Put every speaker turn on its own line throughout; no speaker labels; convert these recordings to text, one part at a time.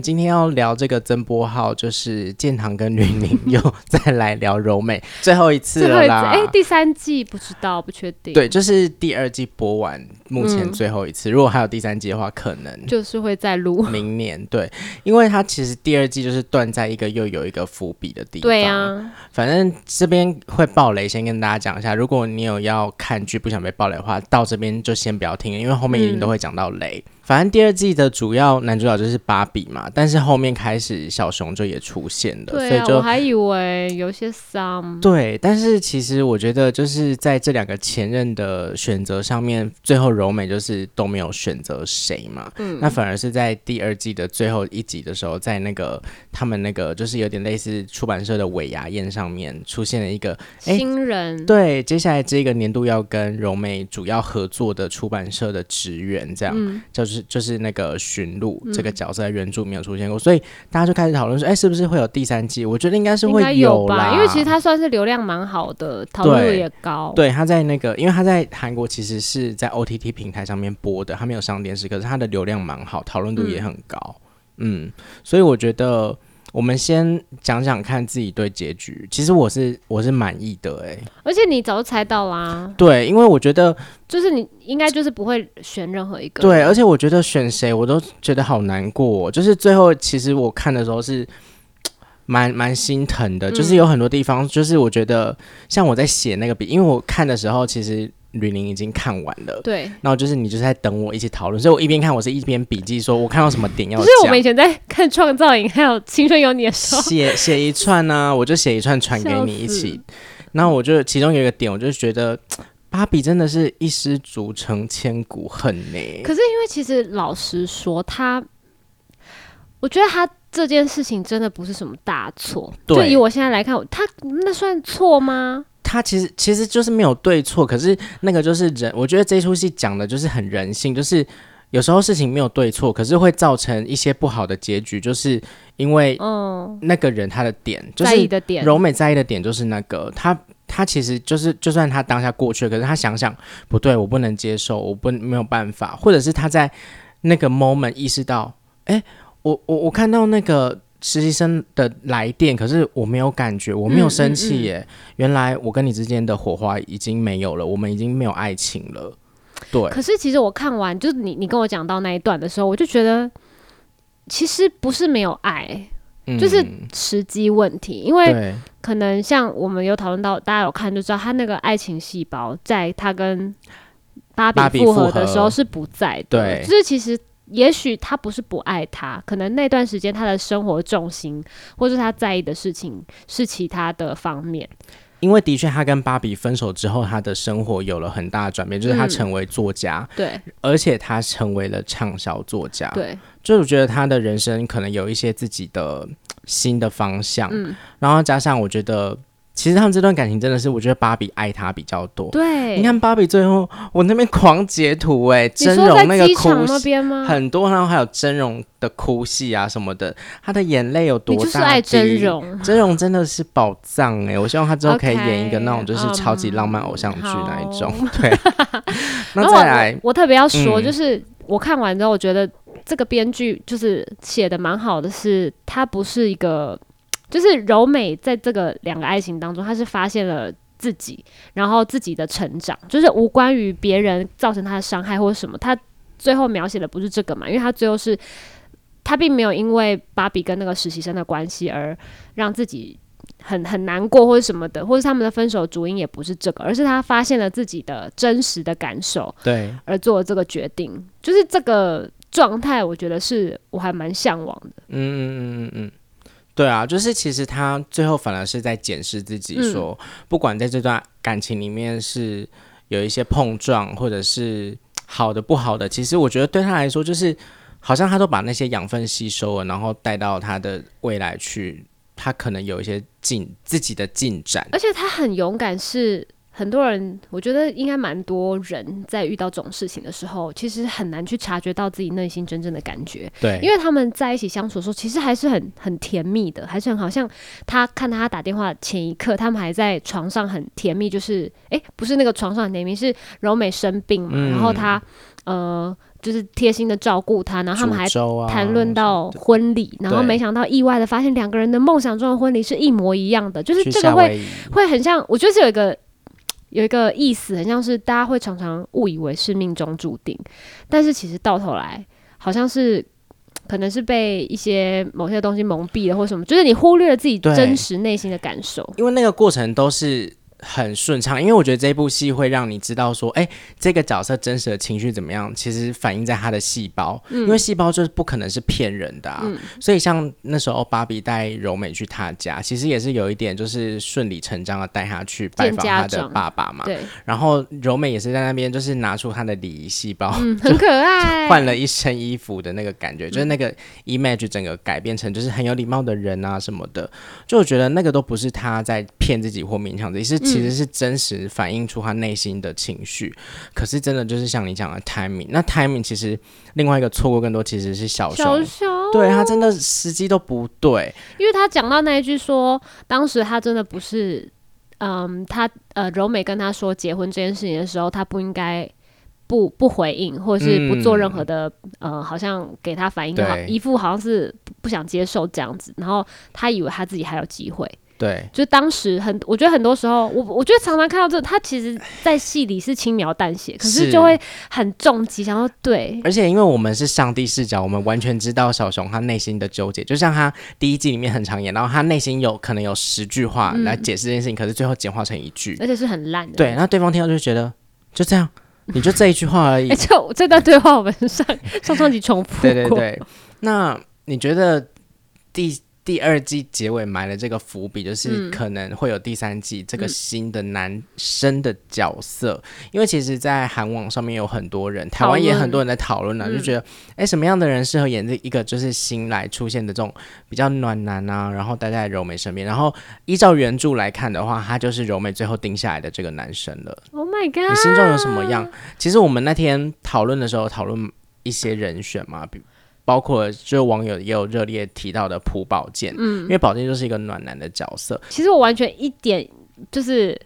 今天要聊这个曾波浩，就是建堂跟吕宁又再来聊柔美， 最后一次
最后
了
一次，
啦。
哎，第三季不知道，不确定。
对，，就是第二季播完，目前
嗯
最后一次。如果还有第三季的话，可能
就是会再录。
明年对，因为它其实第二季就是断在一个又有一个伏笔的地方。
对啊，
反正这边会爆雷，先跟大家讲一下。如果你有要看剧不想被爆雷的话，到这边就先不要听，因为后面一定都会讲到雷。
嗯
反正第二季的主要男主角就是芭比嘛，但是后面开始小熊就也出现了，所
对
以
啊，我
就。
还以为有些伤。
对，但是其实我觉得，就是在这两个前任的选择上面，最后柔美就是都没有选择谁嘛。
嗯
那反而是在第二季的最后一集的时候，在那个他们那个就是有点类似出版社的尾牙宴上面，出现了一个哎
新人，
对，接下来这个年度要跟柔美主要合作的出版社的职员，这样、
嗯，
就是就是那个寻路、这个角色在原著没有出现过，所以大家就开始讨论说，哎、是不是会有第三季？我觉得应该是
应
会
该
啦，
吧？因为其实他算是流量蛮好的，讨论度
对
也高。
对他在那个，因为他在韩国其实是在 OTT 平台上面播的，他没有上电视，可是他的流量蛮好，讨论度也很高，嗯所以我觉得。我们先讲讲看自己对结局，其实我是我是满意的哎、
而且你早就猜到啦，
对，因为我觉得
就是你应该就是不会选任何一个。
对，而且我觉得选谁我都觉得好难过、哦，就是最后其实我看的时候是蛮蛮心疼的，
嗯
就是有很多地方，就是我觉得像我在写那个笔，因为我看的时候其实吕宁已经看完了。
对，
然后就是你就是在等我一起讨论，所以我一边看，我是一边笔记，说我看到什么点要
就
讲
是，我们以前在看《创造营》还有《青春有你》的时候，
写写一串呢、我就写一串传给你一起。然后我就其中有一个点，我就觉得芭比真的是一失足成千古恨呢、
可是因为其实老实说，他，我觉得他这件事情真的不是什么大错。
对
就以我现在来看，我他那算错吗？
他其实其实就是没有对错，可是那个就是人，我觉得这出戏讲的就是很人性，就是有时候事情没有对错，可是会造成一些不好的结局，就是因为
嗯，
那个人他的点，就
在意
是
的点，
柔美在意的点就是那个他。他其实就是，就算他当下过去了，可是他想想不对，我不能接受，我不没有办法，或者是他在那个 moment 意识到，哎，我我我看到那个实习生的来电，可是我没有感觉，我
嗯
没有生气耶，原来我跟你之间的火花已经没有了，我们已经没有爱情了，对，
可是其实我看完，就是你你跟我讲到那一段的时候，我就觉得其实不是没有爱，
嗯
就是时机问题。因为
对
可能像我们有讨论到，大家有看就知道，他那个爱情细胞在他跟芭
芭
比
比
复
复
合的时候
合
是不在的，
对
就是其实。也许他不是不爱他，可能那段时间他的生活重心，或是他在意的事情是其他的方面。
因为的确他跟芭比分手之后，他的生活有了很大的转变，就是他
嗯
成为作家，
对
而且他成为了畅销作家，，
对，
就是我觉得他的人生可能有一些自己的嘖新的方向，
嗯
然后加上我觉得，其实他们这段感情真的是，我觉得芭比爱他比较多。
对。
你看芭比最后，我那边狂截图哎、
你
真
说在
容那个
机场
哭
那
戏
边吗？
很多，然后还有真容的哭戏啊什么的，他的眼泪有多
你
大？
就是爱真。容，
真容真的是宝藏哎、我希望他之后可以
OK，
演一个那种就是
嗯
超级浪漫偶像剧那一种。
好
对，
然
那
后我
再来
我，我特别要说，
嗯
就是我看完之后，我觉得这个编剧就是写的蛮好的是，他不是一个，就是柔美在这个两个爱情当中，他是发现了。自己，然后自己的成长，就是无关于别人造成他的伤害或什么。他最后描写的不是这个嘛，因为他最后是，他并没有因为芭比跟那个实习生的关系而让自己很很难过或者什么的，或者他们的分手主因也不是这个，而是他发现了自己的真实的感受
对，
而做了这个决定，就是这个状态，我觉得是我还蛮向往的。
嗯嗯嗯嗯嗯，对啊，就是其实他最后反而是在检视自己说，
嗯
不管在这段感情里面是有一些碰撞，或者是好的不好的，其实我觉得对他来说，就是好像他都把那些养分吸收了，然后带到他的未来去，他可能有一些进自己的进展。
而且他很勇敢，是很多人我觉得应该蛮多人在遇到这种事情的时候，其实很难去察觉到自己内心真正的感觉，
对，
呃因为他们在一起相处的时候，其实还是很很甜蜜的，还是很好像他看他打电话前一刻，他们还在床上很甜蜜，就是诶，不是那个床上很甜蜜，是柔美生病嘛，然后他呃就是贴心的照顾他，然后他们还
煮粥啊
谈论到婚礼，然后
对
没想到意外的发现两个人的梦想中的婚礼是一模一样的，就是
去
这个
夏
会
威夷
会很像，我觉得是有一个有一个意思，很像是大家会常常误以为是命中注定，但是其实到头来好像是可能是被一些某些东西蒙蔽了或什么，就是你忽略了自己
对
真实内心的感受。
因为那个过程都是很顺畅，因为我觉得这部戏会让你知道说，哎、这个角色真实的情绪怎么样，其实反映在他的细胞，
嗯
因为细胞就是不可能是骗人的啊。所以像那时候芭比带柔美去她家，其实也是有一点就是顺理成章的带她去拜访
见家
她的
长
爸爸嘛。
对，
然后柔美也是在那边就是拿出她的礼仪细胞。
嗯，很可爱。
换了一身衣服的那个感觉，就是那个 image 整个改变成就是很有礼貌的人啊什么的，就我觉得那个都不是他在骗自己或勉强自己，是其实是真实反映出他内心的情绪。可是真的就是像你讲的 timing，那 timing 其实另外一个错过更多其实是小
小
熊，
熊，
对他真的时机都不对，
因为他讲到那一句说，当时他真的不是，嗯，他呃，柔美跟他说结婚这件事情的时候，他不应该不不回应，或者是不做任何的、呃，好像给他反应的话，
嗯对
一副好像是不不想接受这样子。然后他以为他自己还有机会，
对
就当时很，我觉得很多时候，我我觉得常常看到这，他其实在戏里是轻描淡写，可是
是
就会很重击，想要对。
而且因为我们是上帝视角，我们完全知道小熊他内心的纠结。就像他第一季里面很常演，然后他内心有可能有十句话来解释这件事情，可是最后简化成一句。
而且是很烂的，
对，那对方听到就觉得就这样，你就这一句话而已
哎、。这这段对话我们上上上集重复过，
对对对，那你觉得第第二季结尾埋了这个伏笔，就是可能会有第三季这个新的男生的角色，因为其实，在韩网上面有很多人，台湾也很多人在讨论呢，就觉得哎、诶什么样的人适合演这一个就是新来出现的这种比较暖男啊，然后待在柔美身边，然后依照原著来看的话，他就是柔美最后定下来的这个男生了。
Oh my
你
god！
心中有什么样？其实我们那天讨论的时候，讨论一些人选嘛，比包括就是网友也有热烈提到的朴宝剑，嗯，因为宝剑就是一个暖男的角色，
其实我完全一点就是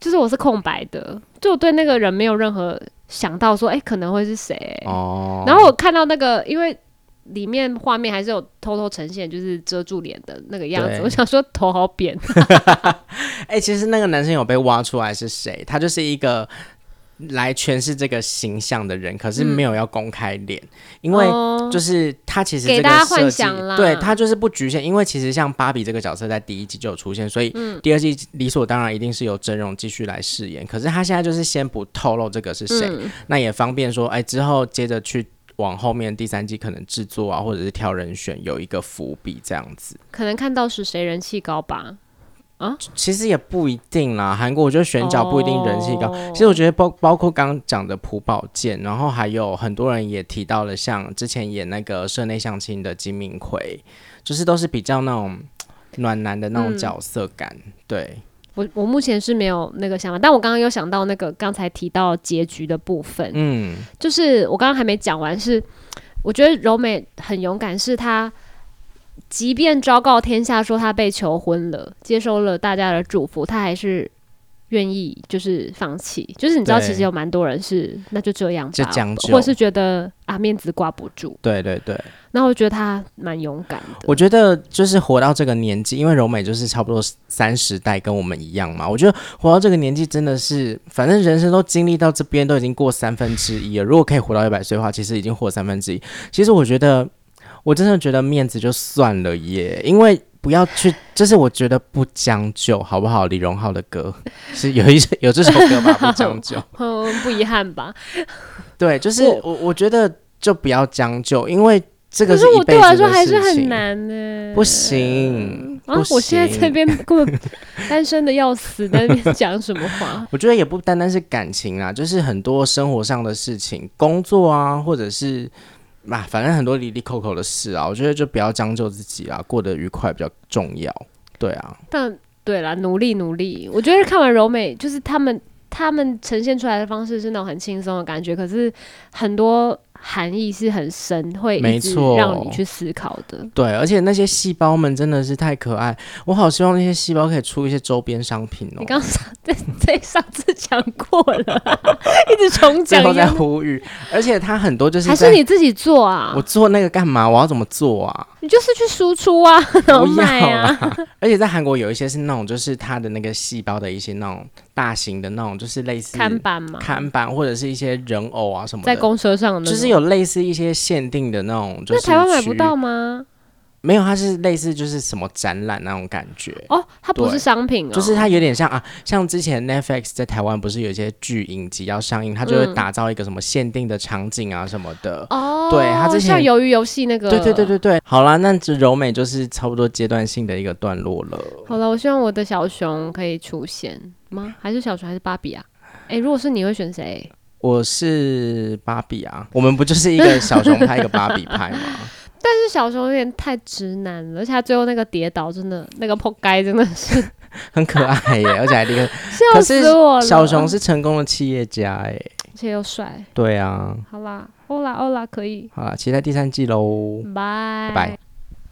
就是我是空白的，就我对那个人没有任何想到说，哎、可能会是谁、
哦，
然后我看到那个，因为里面画面还是有偷偷呈现，就是遮住脸的那个样子。
对
我想说头好扁，
哎、其实那个男生有被挖出来是谁，他就是一个。来诠释这个形象的人，可是没有要公开脸，因为
哦
就是他其实
给
这个
大家
设
幻
计
想啦，
对他就是不局限，因为其实像芭比这个角色在第一季就有出现，所以
嗯
第二季理所当然一定是由真容继续来饰演。可是他现在就是先不透露这个是谁，
嗯
那也方便说，哎，之后接着去往后面第三季可能制作啊，或者是挑人选有一个伏笔这样子。
可能看到是谁人气高吧。
其实也不一定啦，韩国我觉得选角不一定人气高。
哦
其实我觉得包包括刚刚讲的朴宝剑，然后还有很多人也提到了，像之前演那个社内相亲的金明奎，就是都是比较那种嘖暖男的那种角色感。对，
我我目前是没有那个想法，但我刚刚有想到那个刚才提到结局的部分，
嗯，
就是我刚刚还没讲完是，我觉得柔美很勇敢，是她即便昭告天下说她被求婚了，接受了大家的祝福，她还是愿意就是放弃。就是你知道，
对
其实有蛮多人是那就这样吧，
就将就
或是觉得啊面子挂不住。
对对对，
那我觉得她蛮勇敢的。
我觉得就是活到这个年纪，因为柔美就是差不多三十代，跟我们一样嘛。我觉得活到这个年纪真的是，反正人生都经历到这边，都已经过三分之一了。如果可以活到一百岁的话，其实已经活三分之一。其实我觉得，我真的觉得面子就算了耶，因为。不要去，就是我觉得不将就，好不好？李荣浩的歌 是有一有这首歌吧，不将 就。
嗯，不遗憾 吧。
对，就是
我
我我觉得就不要将就，因为这
可
个
是
一
我
辈
对
子
我来
的
说还是
事
很
情。
难呢、
不行，
啊
不！
我现在这
行
边根本单身的要死，在那边讲什么话？
我觉得也不单单是感情啦，就是很多生活上的事情，工作啊，或者是啊，反正很多离离扣扣的事啊，我觉得就不要将就自己啊，过得愉快比较重要。对啊，
但对啦，努力努力。我觉得看完柔美，就是他们他们呈现出来的方式是那种很轻松的感觉，可是很多含义是很深，会
没
一直
错哦
让你去思考的。
对，而且那些细胞们真的是太可爱，我好希望那些细胞可以出一些周边商品哦
你。刚刚上在在上次讲过了， 一直重
最
讲
后
一
再
样，
呼吁，而且它很多就是
还
在
是你自己做啊
我？做那个干嘛？我要怎么做啊？
你就是去输出啊，然后
不
卖
要
啊。
啦！而且在韩国有一些是那种，就是它的那个细胞的一些那种大型的那种， 就是类似
看板嘛，
看板或者是一些人偶啊什么的，
啊在公车上的那
就是
种
有类似一些限定的那种，就
那
是
台湾买不
区
到，吗？
没有，它是类似就是什么展览那种感觉。
哦，它不
对
是商品哦，
就是它有点像啊，像之前 Netflix 在台湾不是有一些剧影集要上映，它就会
嗯
打造一个什么限定的场景啊什么的。
哦，
对它之前
像鱿鱼游戏那个，
对对对。对对，好啦，那这柔美就是差不多阶段性的一个段落了。
好了，我希望我的小熊可以出现吗？还是小熊还是芭比啊？哎、如果是你会选谁？
我是芭比啊，我们不就是一个小熊派一个芭比派吗？
但是小熊有点太直男了，而且他最后那个跌倒，真的那个破街真的是
很可爱耶，而且还立刻。
笑
可是
死我了。
小熊，是成功的企业家哎，
而且又帅。
对啊，
好啦，欧啦欧啦，可以，
好啦，期待第三季喽。
拜
拜。